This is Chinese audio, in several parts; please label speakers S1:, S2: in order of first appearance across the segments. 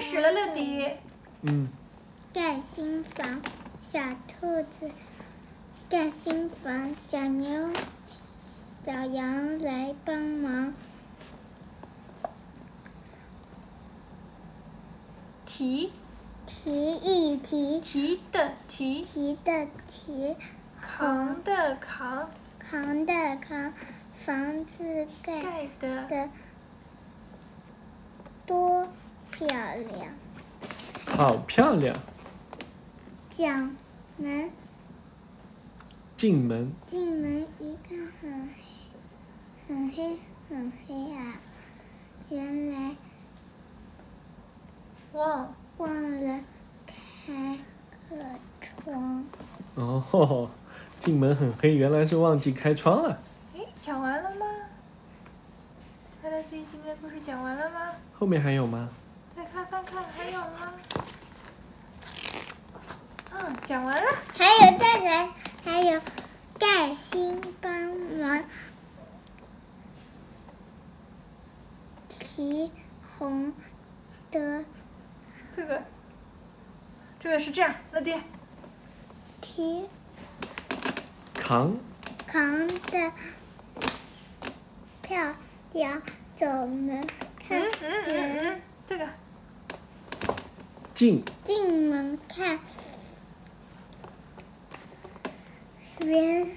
S1: 使了乐迪。
S2: 嗯，
S3: 盖新房，小兔子盖新房，小牛、小羊来帮忙。
S1: 提
S3: 提一提，
S1: 提的提，
S3: 提的提，
S1: 扛的扛，
S3: 扛的扛，房子盖
S1: 盖的
S3: 的多漂亮。
S2: 好漂亮，
S3: 蒋门
S2: 进门
S3: 进门一看很黑，很黑很黑啊！原来
S1: 忘
S3: 忘了开个窗。
S2: 哦，进门很黑，原来是忘记开窗了。
S1: 哎，讲完了吗？快乐蒂今天故事讲完了吗？
S2: 后面还有吗？
S1: 再看翻看还有吗？嗯，讲完了。
S3: 还有再来，还有盖新帮忙提红的
S1: 这个，这个是这样，乐迪
S3: 提
S2: 扛
S3: 扛的漂亮走门看
S1: 嗯嗯嗯
S3: 人
S1: 嗯，这个
S2: 进
S3: 进门看，原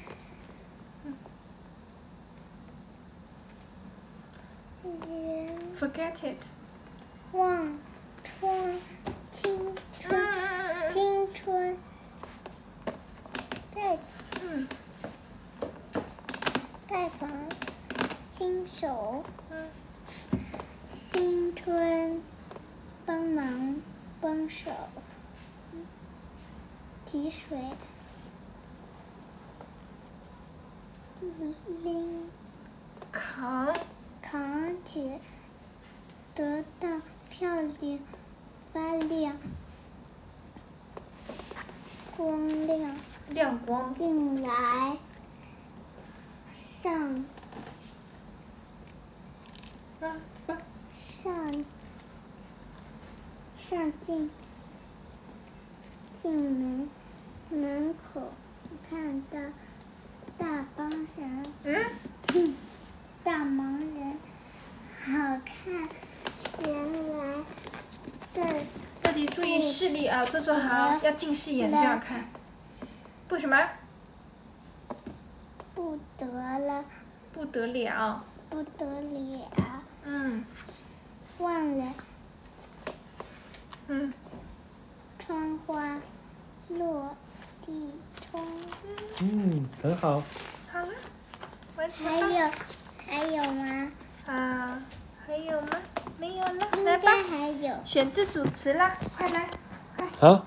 S3: 原
S1: forget it。
S3: 望穿青
S1: 嗯
S3: 春，
S1: 嗯嗯
S3: 青春在
S1: 嗯
S3: 拜访新手，
S1: 嗯
S3: 新春帮忙帮手，提水，拎
S1: 嗯，扛
S3: 扛起，得到漂亮发亮光亮。
S1: 亮光，
S3: 进来，上
S1: 嗯不，
S3: 上上进进门门口看到大帮人
S1: 嗯，
S3: 大忙人，好看，原来的
S1: 乐迪注意视力啊，做做好，要近视眼这样看。不什么？
S3: 不得了，
S1: 不得了，
S3: 不得了，
S1: 嗯
S3: 忘了
S1: 嗯
S3: 窗花落地窗。
S2: 嗯，很好。
S1: 好了，完成
S3: 还
S1: 了
S3: 有，还有吗？
S1: 啊，还有吗？没有了，来
S3: 应
S1: 吧
S3: 该，还有。
S1: 选字组词啦，快来，快。
S2: 好，